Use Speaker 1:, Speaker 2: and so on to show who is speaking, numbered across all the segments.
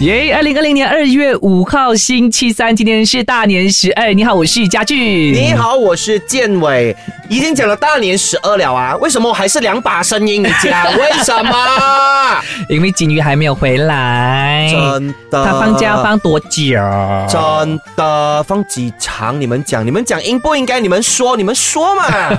Speaker 1: 耶！二零二零年二月五号星期三，今天是大年十二。你好，我是家具。
Speaker 2: 你，好，我是建伟，已经讲了大年十二了啊，为什么我还是两把声音？你讲为什 么？
Speaker 1: 因为金鱼还没有回来，
Speaker 2: 真的，
Speaker 1: 哎他放哦假放多久？
Speaker 2: 真的放几场？你们讲，你们讲应不应该？你们说，你们说 嘛。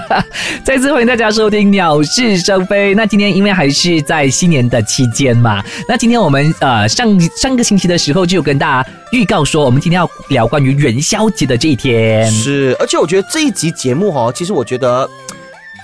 Speaker 1: 再次欢迎大家收听《鸟是生非》。那今天因为还是在新年的期间嘛，那今天我们呃上上个星期的时候就有跟大家预告说，我们今天要聊关于元宵节的这一天。
Speaker 2: 是，而且我觉得这一集节目哦，其实我觉得。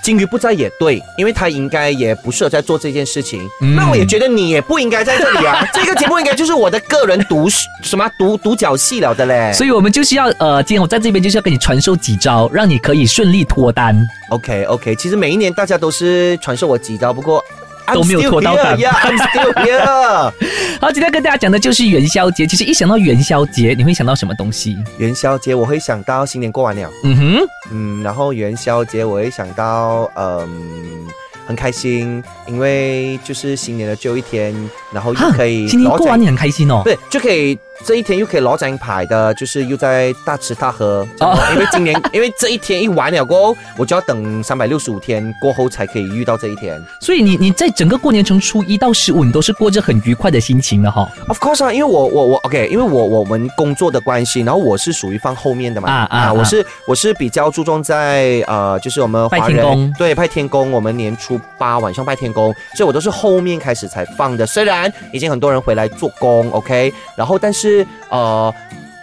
Speaker 2: 金鱼不在也对，因为他应该也不适合在做这件事情。
Speaker 1: 嗯
Speaker 2: 那我也觉得你也不应该在这里啊！这个节目应该就是我的个人独什么独独角戏了的嘞。
Speaker 1: 所以我们就是要呃，今天我在这边就是要给你传授几招，让你可以顺利脱单。
Speaker 2: OK OK，其实每一年大家都是传授我几招，不过 I'm
Speaker 1: 都没有
Speaker 2: still
Speaker 1: 拖到
Speaker 2: here,
Speaker 1: 档
Speaker 2: Yeah, I'm still here 。
Speaker 1: 好，今天跟大家讲的就是元宵节。其实一想到元宵节，你会想到什么东西？
Speaker 2: 元宵节我会想到新年过完了，
Speaker 1: 嗯哼，
Speaker 2: 嗯，然后元宵节我会想到嗯。很开心，因为就是新年的最后一天，然后又
Speaker 1: 哈
Speaker 2: 可以
Speaker 1: 今天
Speaker 2: 攞
Speaker 1: 过完
Speaker 2: 奖
Speaker 1: 你很开心哦
Speaker 2: 不。是就可以这一天又可以攞奖牌的，就是又在大吃大喝。
Speaker 1: 哦
Speaker 2: 因为今年因为这一天一完了过后，我就要等三百六十五天过后才可以遇到这一天。
Speaker 1: 所以你你在整个过年从初一到十五，你都是过着很愉快的心情的哈、
Speaker 2: Of course 啊，因为我我我 OK，因为我我们工作的关系，然后我是属于放后面的嘛
Speaker 1: 啊啊啊
Speaker 2: 我是我是比较注重在呃，就是我们华人
Speaker 1: 拜天公
Speaker 2: 对拜天公，我们年初八晚上拜天公，所以我都是后面开始才放的。虽然已经很多人回来做工，OK，然后但是呃。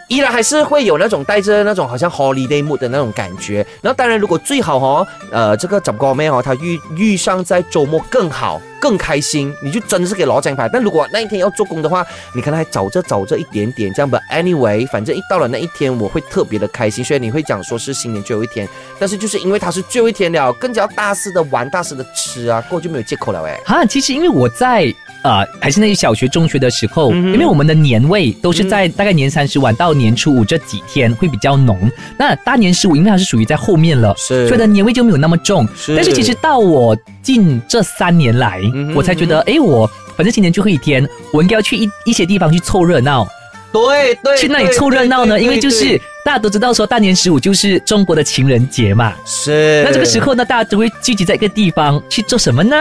Speaker 2: 依然还是会有那种带着那种好像 holiday mood 的那种感觉，然后当然如果最好哦，呃，这个找哥妹哦，她遇遇上在周末更好更开心，你就真的是给老奖牌。但如果那一天要做工的话，你可能还早着早着一点点这样吧。Anyway，反正一到了那一天，我会特别的开心。虽然你会讲说是新年最后一天，但是就是因为它是最后一天了，更加要大肆的玩，大肆的吃啊，过后就没有借口了哎。
Speaker 1: 哈，其实因为我在呃还是那小学、中学的时候，
Speaker 2: 嗯哼嗯
Speaker 1: 因为我们的年味都是在大概年三十晚到年初五这几天会比较浓。那大年十五因为它是属于在后面了，
Speaker 2: 是
Speaker 1: 所以呢年味就没有那么重。
Speaker 2: 是
Speaker 1: 但是其实到我近这三年来，
Speaker 2: 嗯哼
Speaker 1: 我才觉得，哎，我反正今年最后一天，我应该要去一一些地方去凑热闹。
Speaker 2: 对对，
Speaker 1: 去那里
Speaker 2: 对
Speaker 1: 凑热闹呢？
Speaker 2: 对对
Speaker 1: 因为就
Speaker 2: 对
Speaker 1: 是大家都知道说，大年十五就是中国的情人节嘛。
Speaker 2: 是
Speaker 1: 那这个时候呢，大家都会聚集在一个地方去做什么呢？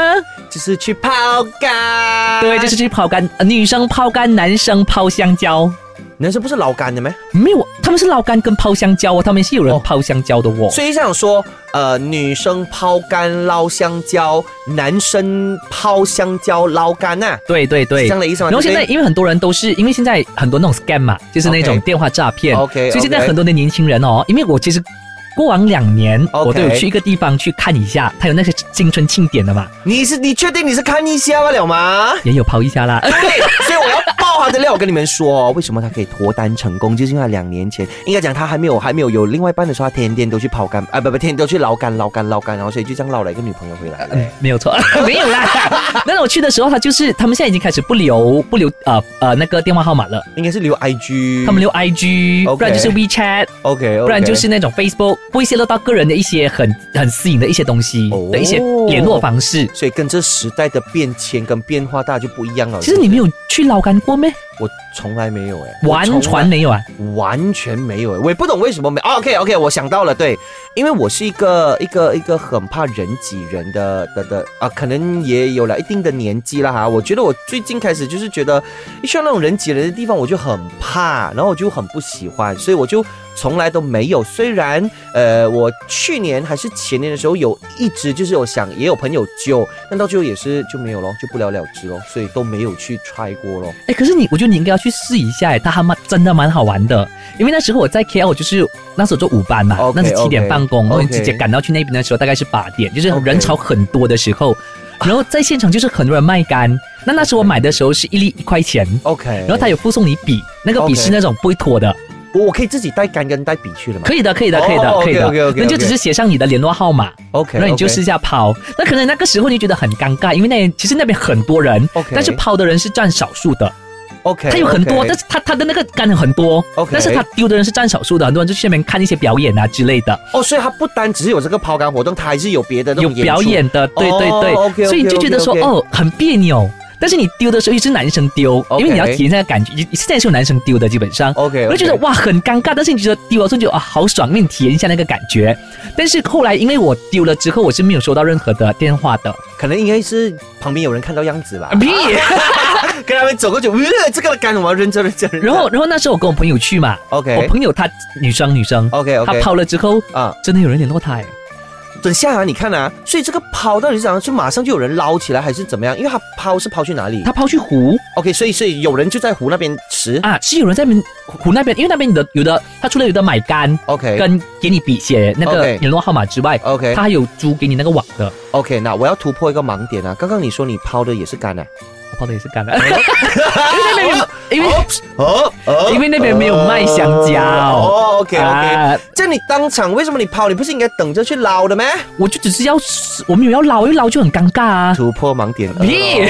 Speaker 2: 就是去抛竿，
Speaker 1: 对，就是去抛竿，呃女生抛竿，男生抛香蕉。
Speaker 2: 男生不是老干的吗？
Speaker 1: 没有，他们是捞竿跟抛香蕉哦，他们是有人
Speaker 2: 哦
Speaker 1: 抛香蕉的哦。
Speaker 2: 所以想说，呃，女生抛竿捞香蕉，男生抛香蕉捞竿呐、啊，
Speaker 1: 对对对
Speaker 2: 是这。样的意思吗？
Speaker 1: 然后现在，
Speaker 2: 对不
Speaker 1: 因为很多人都是因为现在很多那种 scam 嘛，就是那种
Speaker 2: OK
Speaker 1: 电话诈骗
Speaker 2: OK，
Speaker 1: 所以现在
Speaker 2: OK
Speaker 1: 很多的年轻人哦，因为我其实过往两年
Speaker 2: OK
Speaker 1: 我都有去一个地方去看一下，他有那些青春庆典的嘛，
Speaker 2: 对你是你确定你是看一下 了吗？
Speaker 1: 也有抛一下啦。
Speaker 2: 哎对，所以我要爆他的料。我跟你们说，为什么他可以脱单成功，就是因为他两年前，应该讲他还没有还没有有另外一半的时候，他天天都去抛
Speaker 1: 嗯
Speaker 2: 竿，啊不不，天天都去捞竿捞竿捞竿，然后所以就这样捞了一个女朋友回来了。
Speaker 1: 没有错， 没有 啦。那我去的时候，他就是他们现在已经开始不留不留呃呃那个电话号码了，
Speaker 2: 应该是留 IG，
Speaker 1: 他们留 IG，、
Speaker 2: 嗯 OK
Speaker 1: 不然就是 WeChat，
Speaker 2: OK，,
Speaker 1: 不然就是那种 Facebook，不会泄露到个人的一些很很私隐的一些东西、
Speaker 2: 哦
Speaker 1: 的一些联络方式。
Speaker 2: 所以跟这时代的变迁跟变化，大家就不一样了。
Speaker 1: 其实你没有去捞竿过咩？
Speaker 2: 我从来没有哎、我
Speaker 1: 完
Speaker 2: 从来
Speaker 1: 全没有啊！
Speaker 2: 完全没有哎、我也不懂为什么没。哦、OK OK，我想到了，对，因为我是一个一个一个很怕人挤人的的的啊，可能也有了一定的年纪了哈。我觉得我最近开始就是觉得，一去到那种人挤人的地方，我就很怕，然后我就很不喜欢，所以我就从来都没有。虽然呃，我去年还是前年的时候有一直就是有想，也有朋友揪，但到最后也是就没有咯，就不了了之咯，所以都没有去 try 过咯。
Speaker 1: 哎，可是你，我觉得你应该要去试一下，哎，它还蛮真的蛮好玩的。因为那时候我在 KL，我就是那时候做午班嘛
Speaker 2: OK，
Speaker 1: 那是七点放工，然后
Speaker 2: OK
Speaker 1: 你直接赶到去那边的时候大概是八点，就是人
Speaker 2: OK
Speaker 1: 潮很多的时候。然后在现场就是很多人卖干，那那时候我买的时候是一粒一块钱，
Speaker 2: OK，
Speaker 1: 然后他有附送你笔，那个笔
Speaker 2: OK
Speaker 1: 是那种不会脱的，
Speaker 2: 我我可以自己带杆跟带笔去了吗？
Speaker 1: 可以的，可以的，
Speaker 2: 哦
Speaker 1: 可以的，可以
Speaker 2: OK，OK，OK，OK
Speaker 1: 的，那就只是写上你的联络号码，
Speaker 2: OK，
Speaker 1: 然后你就
Speaker 2: OK
Speaker 1: 试下抛。那可能那个时候你觉得很尴尬，因为那其实那边很多人
Speaker 2: OK，
Speaker 1: 但是抛的人是占少数的。
Speaker 2: OK，
Speaker 1: 他有很多
Speaker 2: OK
Speaker 1: 但是他他的那个杆很多
Speaker 2: OK
Speaker 1: 但是他丢的人是占少数的，很多人就去那边看一些表演啊之类的，
Speaker 2: 哦，所以他不单只有这个抛竿活动，他还是有别的那
Speaker 1: 有
Speaker 2: 种
Speaker 1: 表
Speaker 2: 出
Speaker 1: 演的，对
Speaker 2: 哦
Speaker 1: 对对
Speaker 2: OK，OK，
Speaker 1: 所以你就觉得说
Speaker 2: OK，OK
Speaker 1: 哦很别扭。但是你丢的时候一直男生丢
Speaker 2: OK
Speaker 1: 因为你要体验那个感觉，现在是有男生丢的基本上。
Speaker 2: OK，OK
Speaker 1: 我就觉得哇很尴尬，但是你觉得丢了之后就啊好爽，因为你体验一下那个感觉。但是后来因为我丢了之后，我是没有收到任何的电 话的，
Speaker 2: 可能应该是旁边有人看到样子吧，
Speaker 1: 屁。
Speaker 2: 跟他们走过去，呃，这个杆我要扔这扔这扔这。
Speaker 1: 然后然后那时候我跟我朋友去嘛
Speaker 2: OK
Speaker 1: 我朋友她女生女生
Speaker 2: OK
Speaker 1: 她
Speaker 2: OK，
Speaker 1: 抛了之后
Speaker 2: 啊，
Speaker 1: 真的有人联络她哎。
Speaker 2: 等下啊，你看啊，所以这个抛到底是怎样？就马上就有人捞起来还是怎么样？因为他抛是抛去哪里
Speaker 1: 他抛去湖
Speaker 2: ？OK，所以所以有人就在湖那边池。
Speaker 1: 啊，是有人在那边湖那边，因为那边有的有的，他除了有的买杆
Speaker 2: OK
Speaker 1: 跟给你笔写那个
Speaker 2: OK
Speaker 1: 联络号码之外，
Speaker 2: OK
Speaker 1: 他还有租给你那个网的。
Speaker 2: OK，那我要突破一个盲点啊！刚刚你说你抛的也是杆啊，
Speaker 1: 我抛的也是 杆的，因为那边没有，因为
Speaker 2: 哦哦
Speaker 1: 因为那边没有卖香蕉
Speaker 2: 哦，OK OK，
Speaker 1: 啊
Speaker 2: 这你当场为什么你抛？你不是应该等着去捞的吗？
Speaker 1: 我就只是要我没有要捞，一捞就很尴尬啊。
Speaker 2: 突破盲点哦了。
Speaker 1: 咦，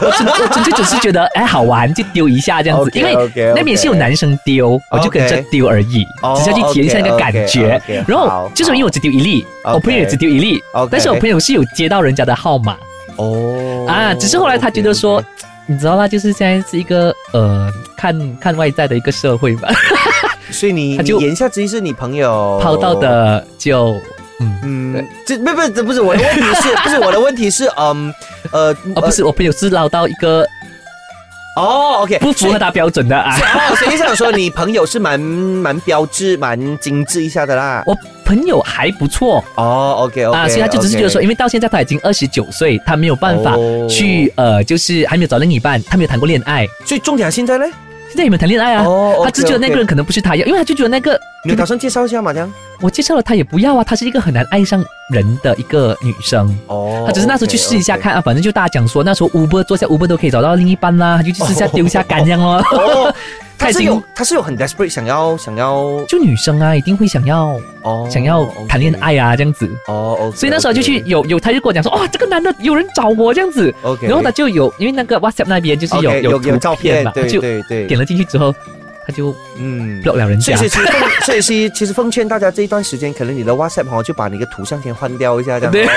Speaker 1: 我纯我纯粹只是觉得哎好玩就丢一下这样子，因为
Speaker 2: OK，OK，OK
Speaker 1: 那边也是有男生丢，我就跟着丢而已
Speaker 2: 哦，
Speaker 1: 只是要去体验一下那个感觉
Speaker 2: OK，OK，OK，。
Speaker 1: 然后
Speaker 2: 好
Speaker 1: 就是因为我只丢一粒，
Speaker 2: 好
Speaker 1: 我朋友也只丢一粒
Speaker 2: OK，
Speaker 1: 但是我朋友是有接到人家的号码。
Speaker 2: 哦
Speaker 1: 啊，只是后来他觉得说
Speaker 2: OK，OK，
Speaker 1: 你知道啦，就是现在是一个呃，看看外在的一个社会吧，
Speaker 2: 所以你
Speaker 1: 他
Speaker 2: 你
Speaker 1: 就
Speaker 2: 言下之意是你朋友
Speaker 1: 抛到。的就嗯，
Speaker 2: 嗯，这不不这不是我的问题 是，不是我的问题是，嗯，呃，
Speaker 1: 哦不是，我朋友是捞到一个
Speaker 2: 呃，哦，OK，
Speaker 1: 不符合他标准的啊
Speaker 2: 所以。。哦，所以想说你朋友是蛮蛮标志、蛮精致一下的啦。
Speaker 1: 我朋友还不错
Speaker 2: 哦，OK OK，
Speaker 1: 啊，所以他就只是觉得说，因为到现在他已经二十九岁，他没有办法
Speaker 2: 哦
Speaker 1: 去呃，就是还没有找另一半，他没有谈过恋爱，
Speaker 2: 所以重点现在呢，
Speaker 1: 现在有没有谈恋爱啊？
Speaker 2: 哦
Speaker 1: 他只觉得那个人可能不是他要，因为他就觉得那个
Speaker 2: 你有打算介绍一下吗？这样，
Speaker 1: 我介绍了他也不要啊，她是一个很难爱上人的一个女生。
Speaker 2: 哦
Speaker 1: 他只是那时候去试一下。看啊，反正就大家讲说那时候 Uber 坐下 Uber 都可以找到另一半啦，他就去 试一下丢一下干这样咯。
Speaker 2: 哦，
Speaker 1: 他
Speaker 2: 他
Speaker 1: 已
Speaker 2: 是
Speaker 1: 经
Speaker 2: 有，他是有很 desperate 想要想要
Speaker 1: 就女生啊，一定会想要
Speaker 2: 哦，
Speaker 1: 想要谈恋爱啊这样子，
Speaker 2: 哦，OK，
Speaker 1: 所以那时候就去有有他就跟我讲说，哇，这个男的有人找我这样子，
Speaker 2: OK，
Speaker 1: 然后他就有因为那个 WhatsApp 那边就是有
Speaker 2: OK，有
Speaker 1: 图
Speaker 2: 照
Speaker 1: 片
Speaker 2: 片
Speaker 1: 嘛，，他
Speaker 2: 对
Speaker 1: 就
Speaker 2: 对对，
Speaker 1: 点了进去之后，他就
Speaker 2: 嗯
Speaker 1: block 了人
Speaker 2: 所以
Speaker 1: 家
Speaker 2: 所。以其实奉，所以其实其实奉劝大家这一段时间，可能你的 WhatsApp 哦，就把你的图像先换掉一下，这样
Speaker 1: 对
Speaker 2: 子，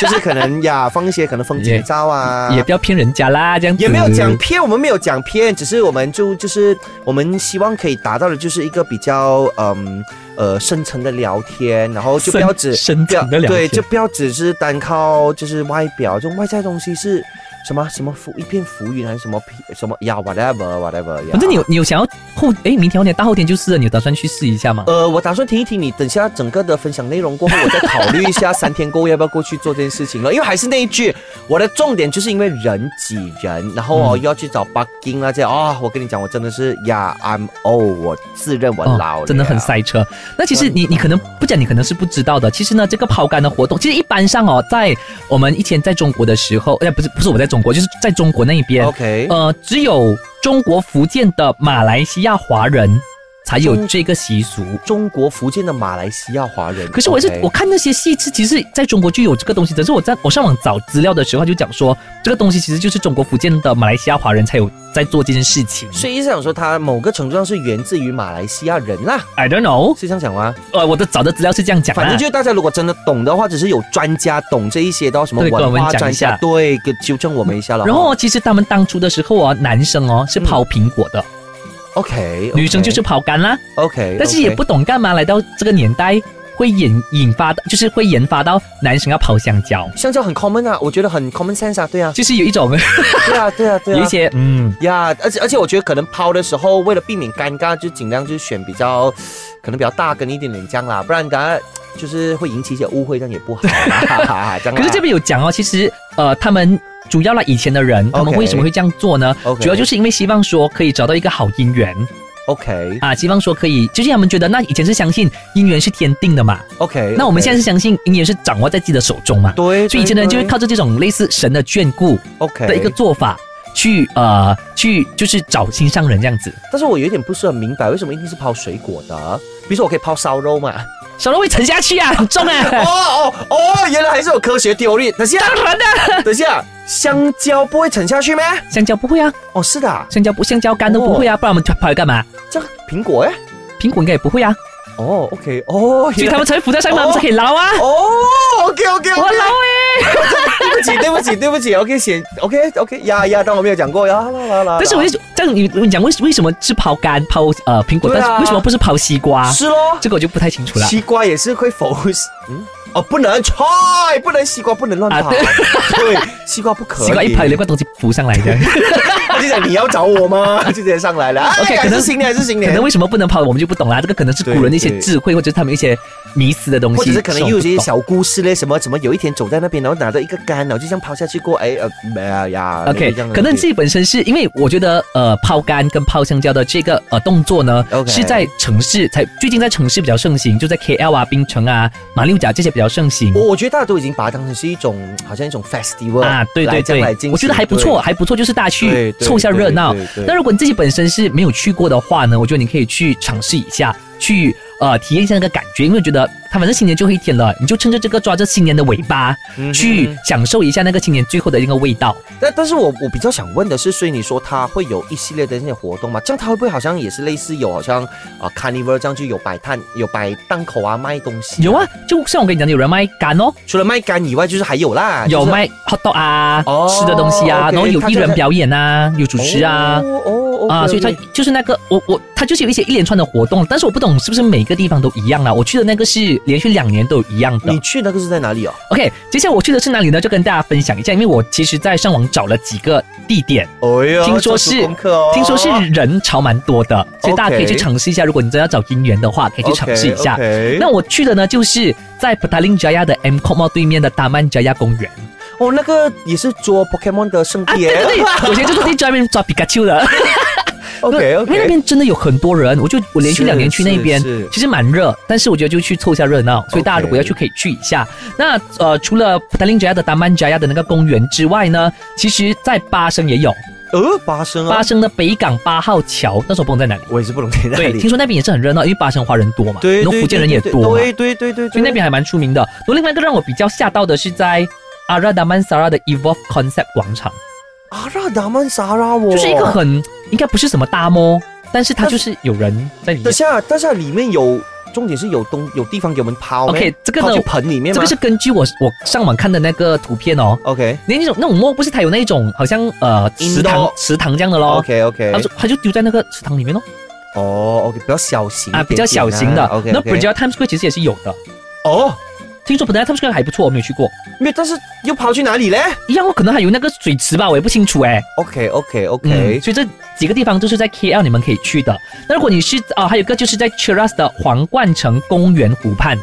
Speaker 2: 就是可能呀，放一些可能风景照啊。
Speaker 1: 也不要骗人家啦，这样子
Speaker 2: 也没有讲偏，我们没有讲偏，只是我们就就是我们希望可以达到的就是一个比较嗯呃深层的聊天，然后就不要只
Speaker 1: 深深
Speaker 2: 不要
Speaker 1: 层的聊
Speaker 2: 对，
Speaker 1: 天，
Speaker 2: 就不要只是单靠就是外表，就外在东西是什么什么浮一片浮云还是什么屁什么呀 whatever whatever 呀。
Speaker 1: 反正你有你有想要后哎，明天后天大后天就是了，你有打算去试一下吗？
Speaker 2: 呃，我打算听一听你等下整个的分享内容过后，我再考虑一下三天过后要不要过去做这件事情了。因为还是那一句，我的重点就是因为人挤人，然后哦、
Speaker 1: 嗯
Speaker 2: 又要去找 bugging 啊这样啊、我跟你讲，我真的是呀、I'm old，我自认我老了、
Speaker 1: 哦真的很。塞车。那其实你你可能不讲，你可能是不知道的。其实呢，这个抛竿的活动，其实一般上哦，在我们以前在中国的时候，哎、不是不是我在中国，就是在中国那一边
Speaker 2: OK，、
Speaker 1: 呃，只有中国福建的马来西亚华人才有
Speaker 2: 中
Speaker 1: 这个习俗。
Speaker 2: 中国福建的马来西亚华人，
Speaker 1: 可是我是
Speaker 2: OK
Speaker 1: 我看那些戏是，其实在中国就有这个东西，只是我在我上网找资料的时候，他就讲说这个东西其实就是中国福建的马来西亚华人才有在做这件事情。
Speaker 2: 所以意思想说，它某个程度上是源自于马来西亚人啦，
Speaker 1: I don't know，
Speaker 2: 是这样讲吗？
Speaker 1: 呃，我的找的资料是这样讲的。啊
Speaker 2: 反正就是大家如果真的懂的话，只是有专家懂这一些的哦，什么
Speaker 1: 对跟我
Speaker 2: 文
Speaker 1: 们
Speaker 2: 化
Speaker 1: 讲一
Speaker 2: 专
Speaker 1: 下
Speaker 2: 家，对，给纠正我们一下了。
Speaker 1: 然后其实他们当初的时候啊，男生哦是抛苹果
Speaker 2: 嗯
Speaker 1: 的，
Speaker 2: OK，
Speaker 1: 女生就是抛柑啦，
Speaker 2: OK，
Speaker 1: 但是也不懂干嘛来到这个年代会引引发的，就是会研发到男生要抛香蕉，
Speaker 2: 香蕉很 common 啊，我觉得很 common sense 啊，对啊，
Speaker 1: 就是有一种、
Speaker 2: 对啊，对啊，对啊，
Speaker 1: 有一些嗯。
Speaker 2: 呀而且而且我觉得可能抛的时候，为了避免尴尬，就尽量就选比较可能比较大根一点点这样啦，不然等下就是会引起一些误会，这样也不好啦，这样啦。
Speaker 1: 可是这边有讲哦，其实呃他们。主要啦，以前的人他们
Speaker 2: OK
Speaker 1: 为什么会这样做呢
Speaker 2: OK
Speaker 1: 主要就是因为希望说可以找到一个好姻缘
Speaker 2: OK
Speaker 1: 啊，希望说可以，就是他们觉得那以前是相信姻缘是天定的嘛
Speaker 2: OK，
Speaker 1: 那我们现在是相信姻缘是掌握在自己的手中嘛，
Speaker 2: 对，
Speaker 1: 所以以前的人就会
Speaker 2: 对
Speaker 1: 靠着这种类似神的眷顾，
Speaker 2: OK
Speaker 1: 的一个做法。去呃去就是找心上人这样子。
Speaker 2: 但是我有一点不是很明白，为什么一定是泡水果的？比如说我可以泡烧肉嘛？
Speaker 1: 小肉会沉下去啊，很重啊。
Speaker 2: 哦哦哦，原来还是有科学 theory。等下，
Speaker 1: 当然的，
Speaker 2: 等下，香蕉不会沉下去吗？
Speaker 1: 啊香蕉不会啊，
Speaker 2: 哦，是的啊，
Speaker 1: 香蕉不香蕉干都不
Speaker 2: 哦
Speaker 1: 会啊，不然我们跑来干嘛？
Speaker 2: 这个苹果哎，
Speaker 1: 苹果应该也不会啊，
Speaker 2: 哦，OK，哦，
Speaker 1: 所以他们才会浮在上面，他们才可以捞啊。
Speaker 2: 哦，OK OK
Speaker 1: 我
Speaker 2: OK，
Speaker 1: 捞哎、
Speaker 2: 对不起对不起对不起，OK 显 OK OK 呀呀，当我没有讲过呀啦啦啦。
Speaker 1: 但是我就这样，你你讲为为什么是刨干刨呃苹果，
Speaker 2: 对啊
Speaker 1: 但是为什么不是刨西瓜？
Speaker 2: 是咯，
Speaker 1: 这个我就不太清楚了。
Speaker 2: 西瓜也是会否？嗯，哦，不能踹，不能西瓜不能乱
Speaker 1: 啊
Speaker 2: 跑，
Speaker 1: 对
Speaker 2: 对，西瓜不可以。
Speaker 1: 西瓜一刨，连个东西浮上来的。
Speaker 2: 他就讲你要找我吗？就直接上来了。哎
Speaker 1: OK，可
Speaker 2: 还
Speaker 1: 能
Speaker 2: 是新年还是新
Speaker 1: 可
Speaker 2: 年
Speaker 1: 能，为什么不能跑，我们就不懂啦。这个可能是古人的一些
Speaker 2: 对对
Speaker 1: 智慧，或者是他们一些迷思的东西，
Speaker 2: 或者是可能
Speaker 1: 我们
Speaker 2: 又有
Speaker 1: 不
Speaker 2: 一些
Speaker 1: 懂
Speaker 2: 小故事嘞，什么什么，有一天走在那边，然后拿着一个杆，然后就这样抛下去过，哎呃没有呀
Speaker 1: OK，可能自己本身是因为我觉得呃泡干跟泡香蕉的这个呃动作呢
Speaker 2: OK
Speaker 1: 是在城市才最近在城市比较盛行，就在 KL 啊、槟城啊、马六甲这些比较盛行。
Speaker 2: 我我觉得大家都已经把它当成是一种好像一种 festival
Speaker 1: 啊，对
Speaker 2: 哦来
Speaker 1: 对
Speaker 2: 这样来
Speaker 1: 对
Speaker 2: 进，行
Speaker 1: 我觉得还不错，。还不错，就是大家
Speaker 2: 对
Speaker 1: 去
Speaker 2: 对
Speaker 1: 凑一下热闹
Speaker 2: 对对对。
Speaker 1: 那如果你自己本身是没有去过的话呢，我觉得你可以去尝试一下，去呃体验一下那个感觉，因为我觉得它反正新年最后一天了，你就趁着这个抓着新年的尾巴，
Speaker 2: 嗯哼
Speaker 1: 去享受一下那个新年最后的一个味道。
Speaker 2: 对但但是我我比较想问的是，所以你说它会有一系列的那些活动嘛？这样它会不会好像也是类似有好像啊、呃 carnival 这样就有摆摊、有摆档口啊卖东西？
Speaker 1: 有啊，，就像我跟你讲的，有人卖干哦，
Speaker 2: 除了卖干以外，就是还有啦，
Speaker 1: 有
Speaker 2: 啊就是
Speaker 1: 卖 hot dog 啊，
Speaker 2: 哦
Speaker 1: 吃的东西啊，
Speaker 2: OK，
Speaker 1: 然后有
Speaker 2: 他
Speaker 1: 艺
Speaker 2: 就
Speaker 1: 人
Speaker 2: 在
Speaker 1: 表演啊，有主持啊。
Speaker 2: 哦哦
Speaker 1: 啊，所以它就是那个我我它就是有一些一连串的活动，但是我不懂是不是每个地方都一样啊？我去的那个是连续两年都有一样的
Speaker 2: 你。去那个是在哪里哦
Speaker 1: OK，接下来我去的是哪里呢？就跟大家分享一下，因为我其实在上网找了几个地点，
Speaker 2: 哎呦
Speaker 1: 听说是、
Speaker 2: 做足功课哦
Speaker 1: 听说是人潮蛮多的，所以大家可以去
Speaker 2: OK
Speaker 1: 尝试一下。如果你真的要找姻缘的话，可以去尝试一下。
Speaker 2: OK，OK
Speaker 1: 那我去的呢，就是在 p a t a l i n j a y a 的 M c o m 对面的达曼 Jaya 公园
Speaker 2: 哦，那个也是捉 Pokemon 的圣
Speaker 1: 啊，对
Speaker 2: 地耶。
Speaker 1: 对对，我觉得这个地专门抓皮卡丘的。
Speaker 2: OK
Speaker 1: 因为那
Speaker 2: OK。
Speaker 1: 边真的有很多人，我就我连续两年去那边
Speaker 2: 是是，
Speaker 1: 其实蛮热，但是我觉得就去凑一下热闹，所以大家如果要去可以去一下。那呃，除了普塔林加亚的达曼加亚的那个公园之外呢，其实在巴生也有，
Speaker 2: 呃，巴生啊
Speaker 1: 巴，生的北港八号桥，那时候不懂在哪里。
Speaker 2: 我也是不懂在哪
Speaker 1: 对，
Speaker 2: 里
Speaker 1: 听。说那边也是很热闹，因为巴生华人多嘛，
Speaker 2: 对，
Speaker 1: 然后
Speaker 2: 对
Speaker 1: 福建人也多嘛，
Speaker 2: 对对对对对。
Speaker 1: 所以那边还蛮出名的。然后另外一个让我比较吓到的是在阿拉达曼萨拉的 Evolve Concept 广场，
Speaker 2: 阿拉达曼沙拉哦，
Speaker 1: 就是一个。很应该不是什么大摩，但是它就是有人在里面
Speaker 2: 等。下，但是啊里面有，重点是有东有地方给我们抛咩。
Speaker 1: OK，这个呢
Speaker 2: 抛去盆里面
Speaker 1: 这
Speaker 2: 吗
Speaker 1: 个是根据我我上网看的那个图片哦，
Speaker 2: ？OK
Speaker 1: 那那种那种摸不是它有那一种好像呃
Speaker 2: 引
Speaker 1: 池
Speaker 2: 导
Speaker 1: 塘池塘这样的咯。
Speaker 2: OK
Speaker 1: 它
Speaker 2: OK
Speaker 1: 就。它就丢在那个池塘里面咯，
Speaker 2: 哦，OK，比较小型
Speaker 1: 啊，比较小型的。
Speaker 2: OK。
Speaker 1: 那 b r i d g e Times Square 其实也是有的，
Speaker 2: 哦，
Speaker 1: 听说 b r i d g e Times Square 还不错，我没有去过。
Speaker 2: 没有，但是又跑去哪里嘞
Speaker 1: 一样哦，可能还有那个水池吧，我也不清楚哎。
Speaker 2: ？OK
Speaker 1: 嗯，
Speaker 2: OK OK。
Speaker 1: 所以这几个地方都是在 KL 你们可以去的。那如果你是哦，还有一个就是在 Cheras 的皇冠城公园湖畔，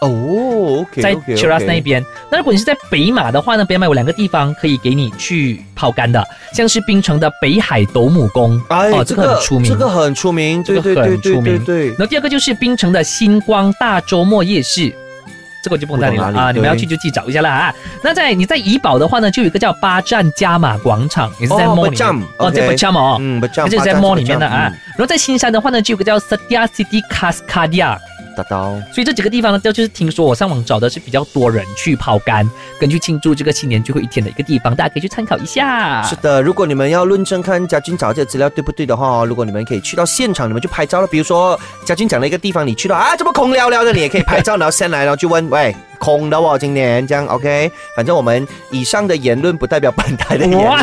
Speaker 2: 哦，OK，
Speaker 1: 在 Cheras 那边。那如果你是在北马的话呢，北马有两个地方可以给你去泡干的，像是槟城的北海斗姆宫，
Speaker 2: 哎，
Speaker 1: 哦，这个很出名。
Speaker 2: 这个很出名，对
Speaker 1: 这个
Speaker 2: 对对
Speaker 1: 很
Speaker 2: 对
Speaker 1: 出
Speaker 2: 对
Speaker 1: 名
Speaker 2: 对。
Speaker 1: 然后第二个就是槟城的星光大周末夜市。这个我就不用带你了
Speaker 2: 不懂哪里
Speaker 1: 啊！你们
Speaker 2: 对
Speaker 1: 要去就自己找一下啦啊！那在你在怡保的话呢，就有一个叫巴站加码广场，也是在
Speaker 2: 哦
Speaker 1: mall 里面
Speaker 2: Bajam，
Speaker 1: 哦，在
Speaker 2: OK
Speaker 1: 巴站哦，
Speaker 2: 嗯，不这
Speaker 1: 它
Speaker 2: 样，嗯
Speaker 1: 就是在
Speaker 2: 八张
Speaker 1: mall
Speaker 2: 是
Speaker 1: 里面的
Speaker 2: 八
Speaker 1: 啊。。
Speaker 2: 张
Speaker 1: 然后在新山的话呢，就有个叫 Sadia City Cascadia，
Speaker 2: 嗯打刀。
Speaker 1: 所以这几个地方呢，就就是听说我上网找的是比较多人去抛竿，跟去庆祝这个新年最后一天的一个地方，大家可以去参考一下。
Speaker 2: 是的，如果你们要论证看家军找这些资料对不对的话，如果你们可以去到现场，你们就拍照了。比如说家军讲了一个地方，你去到啊，这么空寥寥的，你也可以拍照，然后先来，然后就问， 喂，空的哦，今年这样 OK。反正我们以上的言论不代表本台的言论
Speaker 1: 哇。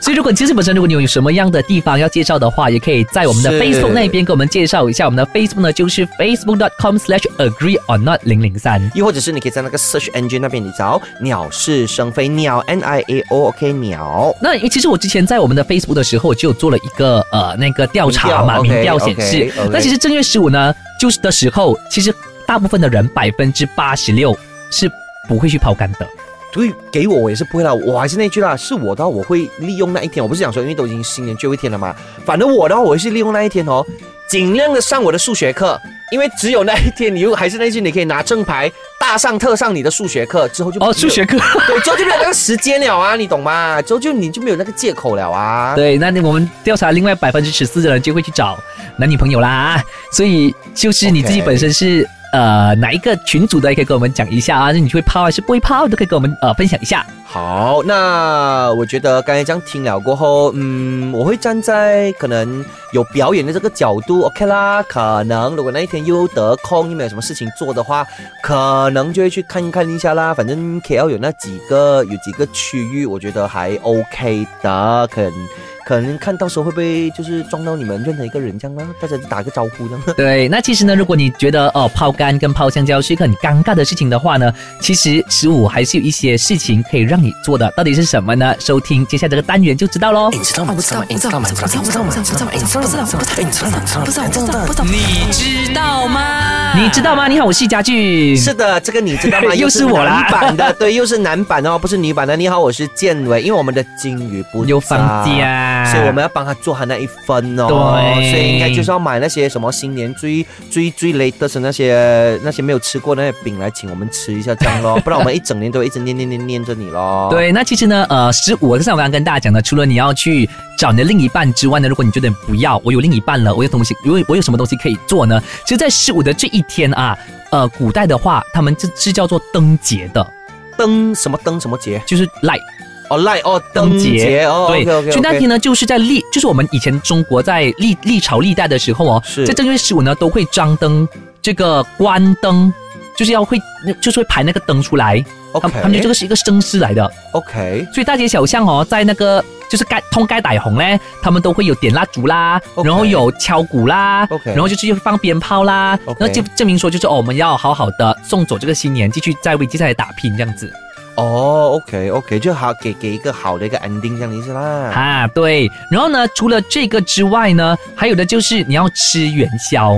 Speaker 1: 所以如果其实本身如果你有什么样的地方要介绍的话，也可以在我们的
Speaker 2: 是
Speaker 1: Facebook 那边给我们介绍一下。我们的 Facebook 呢就是 facebook.com/agree or not 零零三。
Speaker 2: 又或者是你可以在那个 search engine 那边你找“鸟是生非”，鸟 N I A O OK 鸟。
Speaker 1: 那其实我之前在我们的 Facebook 的时候，我就有做了一个呃那个调查嘛，
Speaker 2: 民
Speaker 1: 民
Speaker 2: 调
Speaker 1: 调
Speaker 2: OK，
Speaker 1: 显示
Speaker 2: OK，OK。
Speaker 1: 那其实正月十五呢，就是的时候，其实大部分的人百分之八十六是不会去抛竿的。
Speaker 2: 所以给我我也是不会啦，我还是那句啦，是我的话我会利用那一天，我不是讲说因为都已经新年最后一天了嘛，反正我的话我是利用那一天哦，尽量的上我的数学课，因为只有那一天，你又还是那句，你可以拿正牌大上特上你的数学课之后就
Speaker 1: 哦，数 学课。
Speaker 2: 对，之后就没有那个时间了啊，你懂吗？之后就你就没有那个借口了啊。
Speaker 1: 对，那我们调查另外百分之十四的人就会去找男女朋友啦，所以就是你自己
Speaker 2: OK
Speaker 1: 本身是呃哪一个群组的，也可以跟我们讲一下啊，那你会泡还是不会泡都可以跟我们呃分享一下。
Speaker 2: 好，那我觉得刚才这样听了过后，嗯，我会站在可能有表演的这个角度，OK 啦。可能如果那一天又得空，又没有什么事情做的话，可能就会去看一看一下啦。反正 KL 有那几个有几个区域，我觉得还 OK 的，可能可能看到时候会不会就是撞到你们任何一个人这样啦，大家就打个招呼这样。
Speaker 1: 对，那其实呢，如果你觉得哦泡干跟泡香蕉是一个很尴尬的事情的话呢，其实十五还是有一些事情可以让你做的，到底是什么呢？收听接下来这个单元就知道喽。
Speaker 3: 你知道吗？你知道吗？你知道吗？你知道吗？你知道吗？你知道吗？你知道吗？你知道吗？你知道吗？你知道吗？
Speaker 4: 你知道吗？
Speaker 1: 你知道吗？你好，我是家俊。
Speaker 2: 是的，这个你知道 吗？
Speaker 1: 又是我啦
Speaker 2: 男版的， 对，又是男版哦，不是女版的。你好，我是建伟，因为我们的金鱼不
Speaker 1: 有房
Speaker 2: 在
Speaker 1: 家，
Speaker 2: 所以我们要帮他做他那一份哦，
Speaker 1: 对
Speaker 2: 所以应该就是要买那些什么新年最最最 latest 的那些那些没有吃过那些饼来请我们吃一下这 样咯，不然我们一整年都会一直念念念念着你咯。，
Speaker 1: 对，那其实呢，呃，十五，像我刚刚跟大家讲的，除了你要去找你的另一半之外呢，如果你觉得不要，我有另一半了，我有东西，我有我有什么东西可以做呢？其实，在十五的这一天啊，呃，古代的话，他们这是叫做灯节的，
Speaker 2: 灯什么灯什么节
Speaker 1: 就是赖
Speaker 2: 哦赖哦
Speaker 1: 灯节
Speaker 2: 哦
Speaker 1: 对
Speaker 2: OK OK，
Speaker 1: 所以那天呢，就是在历，就是我们以前中国在历历朝历代的时候哦，
Speaker 2: 是
Speaker 1: 在正月十五呢，都会张灯，这个关灯，就是要会，就是会排那个灯出来。他
Speaker 2: OK
Speaker 1: 们他们就这个是一个声势来的，
Speaker 2: OK
Speaker 1: 所以大街小巷哦，在那个就是盖通街歹红嘞，他们都会有点蜡烛啦
Speaker 2: OK
Speaker 1: 然后有敲鼓啦
Speaker 2: OK
Speaker 1: 然后就是放鞭炮啦
Speaker 2: OK
Speaker 1: 那就证明说就是哦，我们要好好的送走这个新年，继续在为接下来打拼这样子。
Speaker 2: 哦 OK OK，就好给给一个好的一个 ending 这样的意思啦。
Speaker 1: 啊，对。然后呢，除了这个之外呢，还有的就是你要吃元宵。